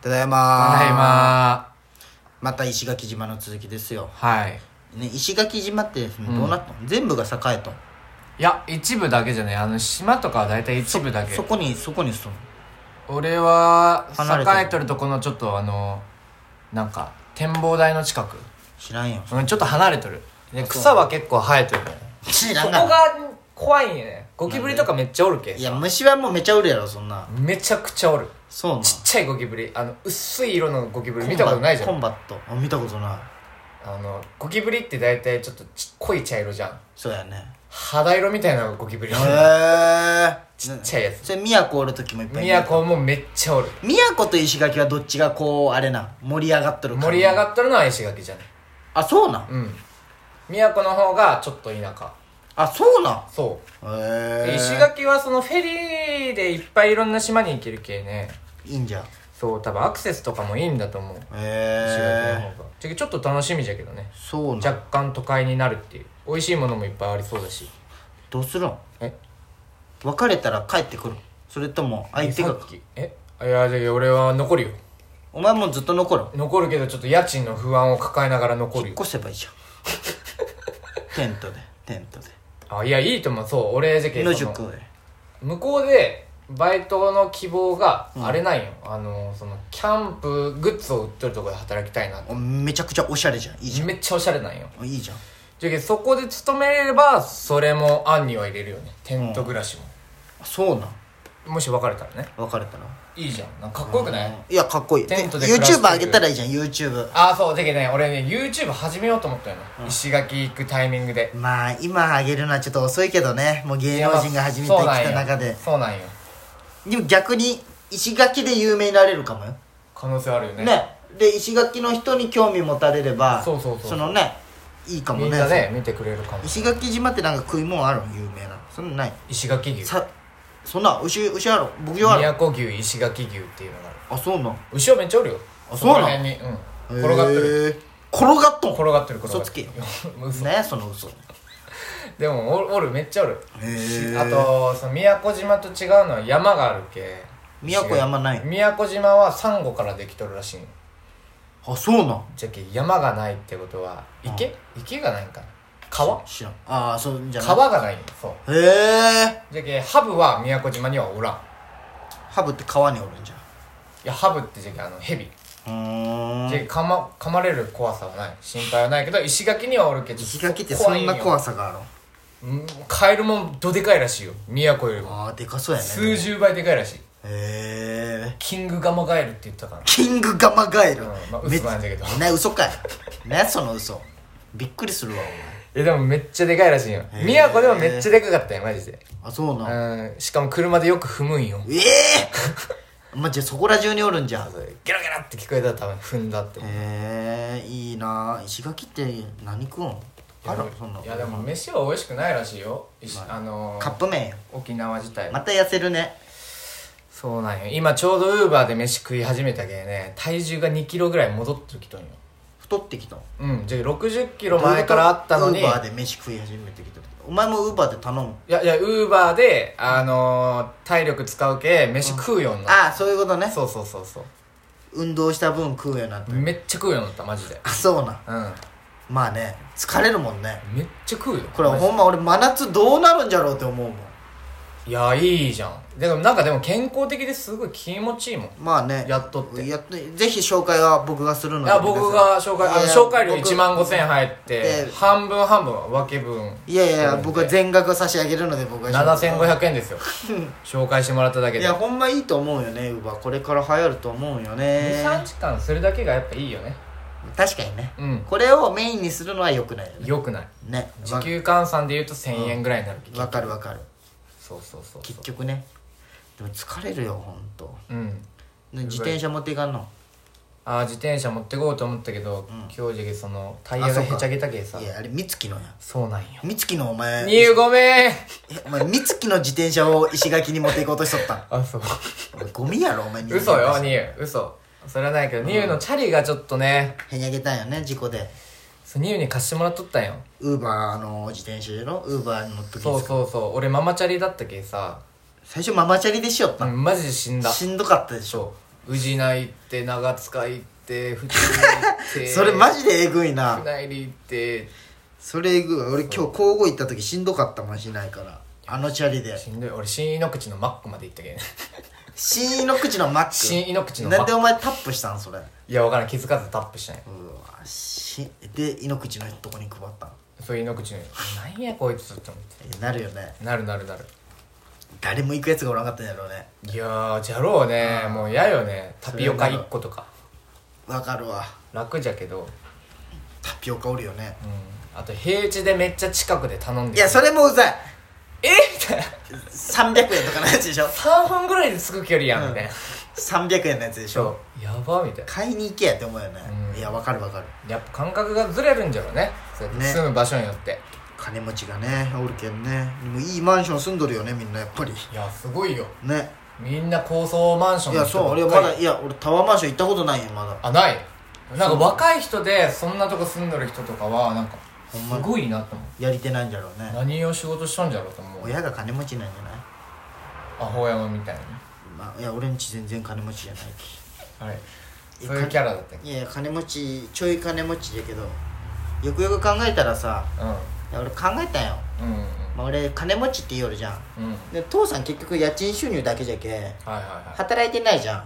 ただいまただいままた石垣島の続きですよ、はいね、石垣島ってどうなったの、全部が栄えたのいや一部だけじゃないあの島とかは大体一部だけそこにそこに住む俺は離れてる栄えとるとこのちょっとあのなんか展望台の近く知らんようんちょっと離れとるで草は結構生えとるね知そらこんがが怖いんやねゴキブリとかめっちゃおるけいや虫はもうめちゃおるやろそんなめちゃくちゃおるそうなんちっちゃいゴキブリあの薄い色のゴキブリ見たことないじゃコんンバットあ見たことないあのゴキブリって大体ちょっとち濃い茶色じゃんそうやね肌色みたいなゴキブリへえちっちゃいやつそれ宮古おる時もいっぱいいる都もめっちゃおる宮古と石垣はどっちがこうあれな盛り上がっとる感じ盛り上がっとるのは石垣じゃないあそうなん、うん都の方がちょっと田舎あそうなんそへうえ石垣はそのフェリーでいっぱいいろんな島に行ける系ねいいんじゃんへそう多分アクセスとかもいいんだと思う石垣のえ方がてかちょっと楽しみじゃけどねそうなん若干都会になるっていう美味しいものもいっぱいありそうだしどうするんえ別れたら帰ってくるそれとも相手さがっきえいやじゃあ俺は残るよお前もずっと残る残るけどちょっと家賃の不安を抱えながら残る引っよ越せばいいじゃん テントでテントであいやいいと思うそう俺じゃけ野その宿へ向こうでバイトの希望があれなんよ、あのそのキャンプグッズを売ってるところで働きたいなっておめちゃくちゃおしゃれじゃんいいじゃんめっちゃおしゃれなんよあいいじゃんじゃけそこで勤めれればそれも案には入れるよねテント暮らしも、あそうなんもし別れたらね別れたらいいじゃんなんかかっこよくない、うんいやかっこいいテントで暮らしてる YouTube 上げたらいいじゃん YouTube ああそうじゃけね俺ね YouTube 始めようと思ったよな、石垣行くタイミングでまあ今上げるのはちょっと遅いけどねもう芸能人が始めてきいやまあた中でそうなんよそうなんよでも逆に石垣で有名になれるかもよ可能性あるよねねで石垣の人に興味持たれればそうそうそうそのねいいかもみんねなね見てくれるかも石垣島ってなんか食い物あるの有名なのそんなんない石垣牛さそんな牛牛ある牧場ある宮古牛石垣牛っていうのがあるあそうなん牛はめっちゃおるよあこそうらなの辺にうん転がってるへー転がっとん転がってる転嘘がっつてけるよ嘘何やその嘘 でもおおるめっちゃおるへーあとその宮古島と違うのは山があるけ宮古山ない宮古島はサンゴからできとるらしいのあそうなんじゃけ山がないってことは池、池がないんかな川知らんああそうじゃない川がないよそうへえじゃけハブは宮古島にはおらんハブって川におるんじゃんいやハブってじゃけあのヘビうーんで噛ま噛まれる怖さはない心配はないけど石垣にはおるけど石垣ってそんな怖ささがあるのカエルもどでかいらしいよ都よりもああでかそうやね数十倍でかいらしいへえキングガマガエルって言ったかなキングガマガエルうんまあめっ嘘なんだけどね嘘かいねその嘘びっくりするわお前えでもめっちゃでかいらしいよへー宮古でもめっちゃでかかったよマジであそうなんうんしかも車でよく踏むんよええまあじゃあそこら中におるんじゃんゲラゲラって聞こえたら多分踏んだってへえいいな石垣って何食うんあらそんないやでも飯は美味しくないらしいよ石あのーカップ麺よ沖縄自体また痩せるねそうなんよ今ちょうどウーバーで飯食い始めたけどね体重が2キロぐらい戻ってきとんよ太ってきたうんじゃあ60キロ前からあったのウにいーバーで飯食い始めてきたお前もウーバーで頼むやいやウーバーであのー体力使うけ飯食うようになっああそういうことねたそうそうそうそう運動した分食うようになっためっちゃ食うようになったマジであそうなんうんまあね疲れるもんねめっちゃ食うよこれマジほんま俺真夏どうなるんじゃろうって思うもんいやいいじゃんでもなんかでも健康的ですごい気持ちいいもんまあねやっとってやっとぜひ紹介は僕がするのいでや僕が紹介あのいや紹介料僕1万5000円入っえてえ半分半分分け分いやいやいや僕は全全額差し上げるので僕は7500円です よ紹介してもらっただけいでやほんまいいと思うよねウーバーこれから流行ると思うよね23時間するだけがやっぱいいよね確かにね、うんこれをメインにするのはよくないよねよくないね時給換算で言うと1000円ぐらいになるけどわわかるわかるそうそうそう結局ねでも疲れるよほんとうんね自転車持っていかんのあー自転車持ってこうと思ったけど今日じゃけそのタイヤあそがうかへちゃげたけさいやあれ美月のやそうなんよ美月のお前え25名お前美月の自転車を石垣に持っていこうとしと ったんあそうお前ゴミやろお前嘘よニュー嘘それはないけど、ニューのチャリがちょっとねへにゃげたんよね事故でそうニューに貸してもらっとったんよウーバーの自転車のウーバーの時そうそうそう俺ママチャリだったけさ、最初ママチャリでしよった、うんんマジで死んだしんどかったでしょそう宇治内行って長塚行って府中行って それマジでえぐいな府内行ってそれえぐいわ俺今日交互行った時しんどかったもんしないからあのチャリでしんどい俺新井の口のマックまで行ったけどね新井の口のマック新井の口のマなんッでクお前タップしたんそれいやわからん気づかずタップしたんやうわしで井の口のとこに配ったのそう井の口のなんやこいつって思っえなるよねてなるなるなる誰も行くやつがおらんかったんやろうねいやーじゃろうねもう嫌よねタピオカ1個とかわかるわ楽じゃけど、タピオカおるよねうん、あと平地でめっちゃ近くで頼んでいやそれもうざいえみたいな300円とかのやつでしょ3分ぐらいで着く距離やんみたいな、 300円のやつでしょそうやばみたいな買いに行けやって思うよねうんいやわかるわかるやっぱ感覚がずれるんじゃろうねそうやってね住む場所によって金持ちがねおるけんねでもいいマンション住んどるよねみんなやっぱりいやすごいよねみんな高層マンションいのや人そうばっか俺りまだいや俺タワーマンション行ったことないよまだあないなんか若い人でそんなとこ住んどる人とかはなんかほんますにごいなと思うやりてないんじゃろうね何を仕事しとんじゃろうと思う親が金持ちなんじゃないアホ山みたいにまあいや俺んち全然金持ちじゃないきあれえそういうキャラだったっけいやいや金持ちちょい金持ちだけどよくよく考えたらさういや俺考えたんよ、んうんうんまあ、俺金持ちって言おるじゃんうんうんで父さん結局家賃収入だけじゃけはいはいはい働いてないじゃん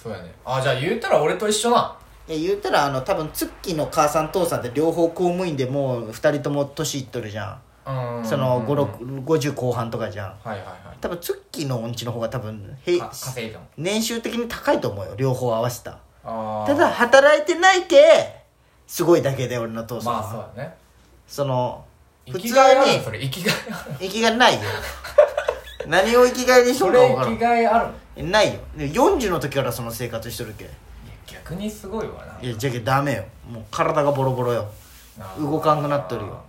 そうやねあじゃあ言うたら俺と一緒ないや言うたらあの多分ツッキーの母さん父さんって両方公務員でもう2人とも年いっとるじゃうんんそのうん5 6 50後半とかじゃんはいはいはい多分ツッキーのおんちの方が多分へいか稼いだもん年収的に高いと思うよ両方合わせたあーただ働いてないけすごいだけで俺の父さんは、まあそうやねその生普き通にがいあるそれ生きがいある生きがいないよ 何を生きがいにしとそるかれ分か生きがいあるのいらんないよで40の時からその生活しとるけや逆にすごいわないやじゃけダメよもう体がボロボロよあー動かんくなっとるよ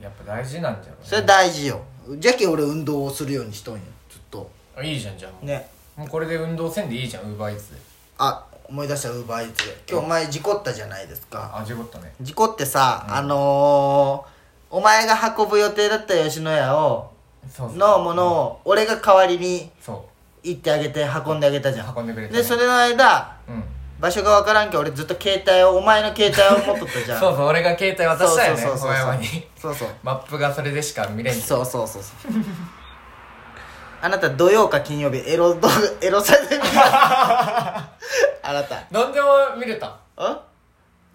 やっぱ大事なんじゃろうねそれ大事よじゃけ俺運動をするようにしとんよずっとあいいじゃんじゃあもうねもうこれで運動せんでいいじゃんウーバーイーツであ思い出したウーバーイーツ今日お前事故ったじゃないですかあ事故ったね事故ってさ、あのー、お前が運ぶ予定だった吉野家をそうそうのものを俺が代わりにそ行ってあげて運んであげたじゃん運んでくれたねでそれの間ううん場所が分からんけど俺ずっと携帯をお前の携帯を持っとったじゃん そうそう俺が携帯渡したよねそうそうそうそう小山にそうそうマップがそれでしか見れんけどそうそうそうそうあなた土曜か金曜日エロ動画エロサイト見た あなた何でも見れたん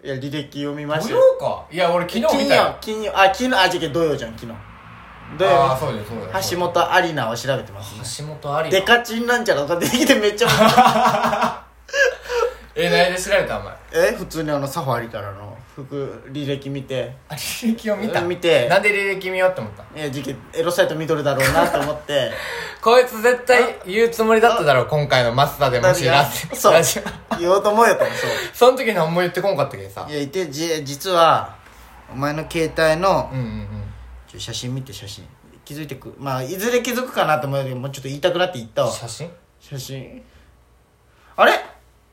いや履歴読みまし土た曜よかいや俺昨日金見た曜よ金曜あ昨日あじゃけ土曜じゃん昨日土ああ曜そうだよそうだよ橋本アリナを調べてますね橋本ありデカチンなんちゃらとかできてめっちゃ面白いえ何で知られたお前 え普通にあのサファリからの服履歴見てあ履歴を見たうん見てなんで履歴見ようって思ったいやじけエロサイト見とるだろうなと思って こいつ絶対言うつもりだっただろう今回のマスターでもしなってそうラジオ言おうと思うよと思うそうその時何も言ってこんかったけどさいやいてじ実はお前の携帯のうんうんうんちょ写真見て写真気づいてくまあいずれ気づくかなと思うけどもうちょっと言いたくなって言ったわ写真写真あれ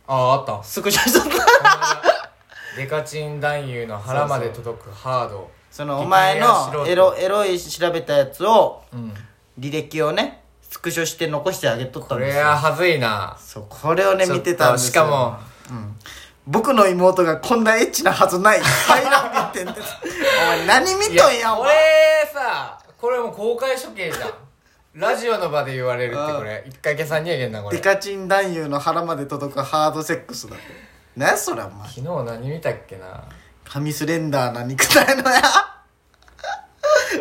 あああったスクショしとった デカチン男優の腹まで届くハードそのお前のエロ激エロい調べたやつをうん履歴をねスクショして残してあげとったこんでれすよははずいなそうこれをねちょっ見とてたんですよしかも、うん、僕の妹がこんなエッチなはずない 才能見てんですお前何見とんやお俺前さこれもう公開処刑じゃん ラジオの場で言われるってこれ一回消さんにゃいけんなこれデカチン男優の腹まで届くハードセックスだって何やそれお前昨日何見たっけな神スレンダーな肉体のや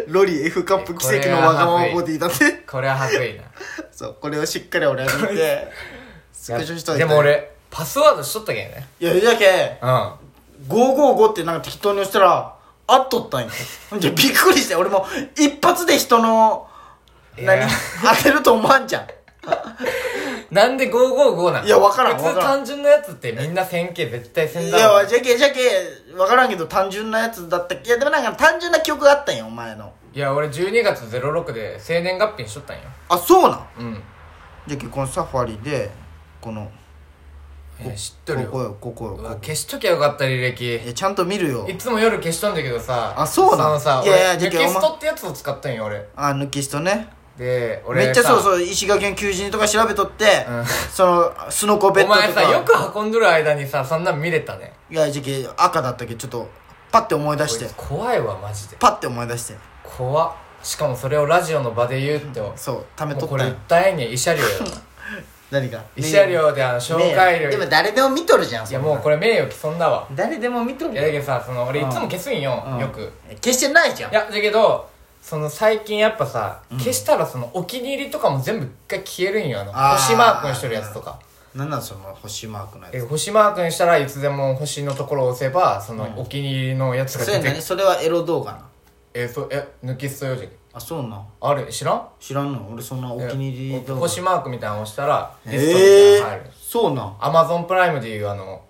ロリ F カップ奇跡のわがままボディだってこれははずいなそうこれをしっかり俺は見てスクショしといてでも俺パスワードしとったけんねいやいやけうん555ってなんか適当に押したらあっとったんやじゃびっくりして俺も一発で人のいや何当てると思わんじゃんなんで555なんいやわからん普わ通からん単純なやつってみんな1000系絶対い1000だろやじゃけじゃけ分からんけど単純なやつだったいやでもなんか単純な記憶があったんやお前のいや俺12月06で生年月日にしとったんよあそうなんうんじゃけこのサファリでこのいや知っとるよここよここようこわこ消しときゃよかった履歴いやちゃんと見るよいつも夜消しとんだけどさあそうなんのさいやいや俺じゃテけキスおトってやつを使ったんよ俺あ抜き人ねで俺めっちゃそううそう石川県求人とか調べとって、うんそのスノコベッおドとか前さよく運んどる間にさそんなん見れたねいや時期赤だったけどちょっとパッて思い出してこいつ怖いわマジでパッて思い出して怖っしかもそれをラジオの場で言うって、もそう貯めうとこっれたよ訴えに慰謝料よ 何か慰謝料であの紹介料でも誰でも見とるじゃんいやもうこれれ名誉毀損だわ誰でも見とるいよやだけどさその俺いつも消すんよ、うんよく決してないじゃんいやだけどその最近やっぱさ、消したらそのお気に入りとかも全部一回消えるんよあのあー星マークにしとるやつとかなんなんその星マークのえや星マークにしたらいつでも星のところを押せばそのうんお気に入りのやつつがそれ出てく何る、それはエロ動画なえそうえ抜き捨てよじあそうなんある知らん知らんの俺そんなお気に入り動画星マークみたいなの押したらリストみええたいなの入るそうなんアマゾンプライムでいうあの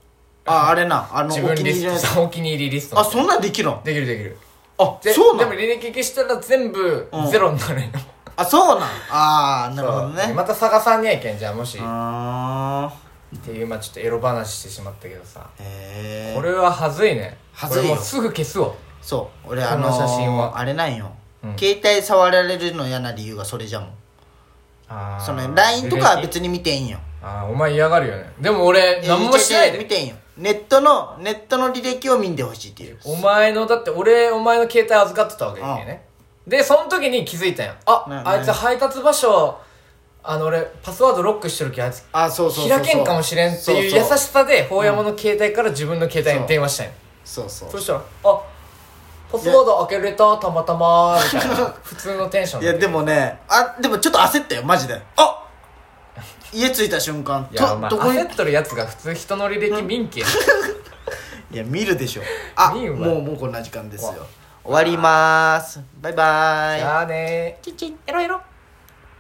ああれなあの自お分気にリ入りのやつスト お気に入りリストあそんなんできるんできるできるあでそうなでもん履歴消したら全部うんゼロになるよ、あそうなんあ あなるほどそうねまた探さんにゃいけんじゃんもし、あっていうまあちょっとエロ話してしまったけどさーへえこれははずいねはずいよこれもうすぐ消すわそう俺あこののー写真はあれなんよ、うん携帯触られるの嫌な理由がそれじゃもんあその LINE とかはに別に見ていいんよあーお前嫌がるよねでも俺え何もしてない違う違う見でていいんよネットのネットの履歴を見んでほしいっていうお前のだって俺お前の携帯預かってたわけだよねでその時に気づいたんやあ、ねあいつね配達場所あの俺パスワードロックしてるけどあいつあそうそうそうそう開けんかもしれんっていう優しさで法山の携帯から自分の携帯に電話したんやそうそうそそうしたら「あパスワード開けれたたまたま」みたいな普通のテンションういやででもねあでもちょっと焦ったよマジであ家着いた瞬間いやおと前どこに焦っとるやつが普通人の履歴民家いや見るでしょあ見るわもうもうこんな時間ですよ終わりまーすバイバーイじゃあねチンチンエロエロ